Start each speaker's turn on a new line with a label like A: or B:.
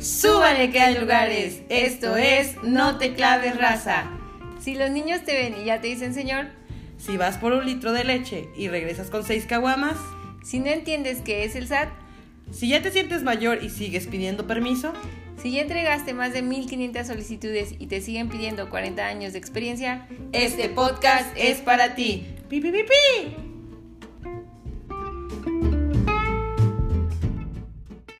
A: Súbale que hay lugares. Esto es No te claves raza. Si los niños te ven y ya te dicen señor,
B: Si vas por un litro de leche y regresas con seis caguamas,
A: si no entiendes qué es el SAT,
B: si ya te sientes mayor y sigues pidiendo permiso,
A: si ya entregaste más de 1500 solicitudes y te siguen pidiendo 40 años de experiencia, este podcast es para ti.
B: pi pi pi pi.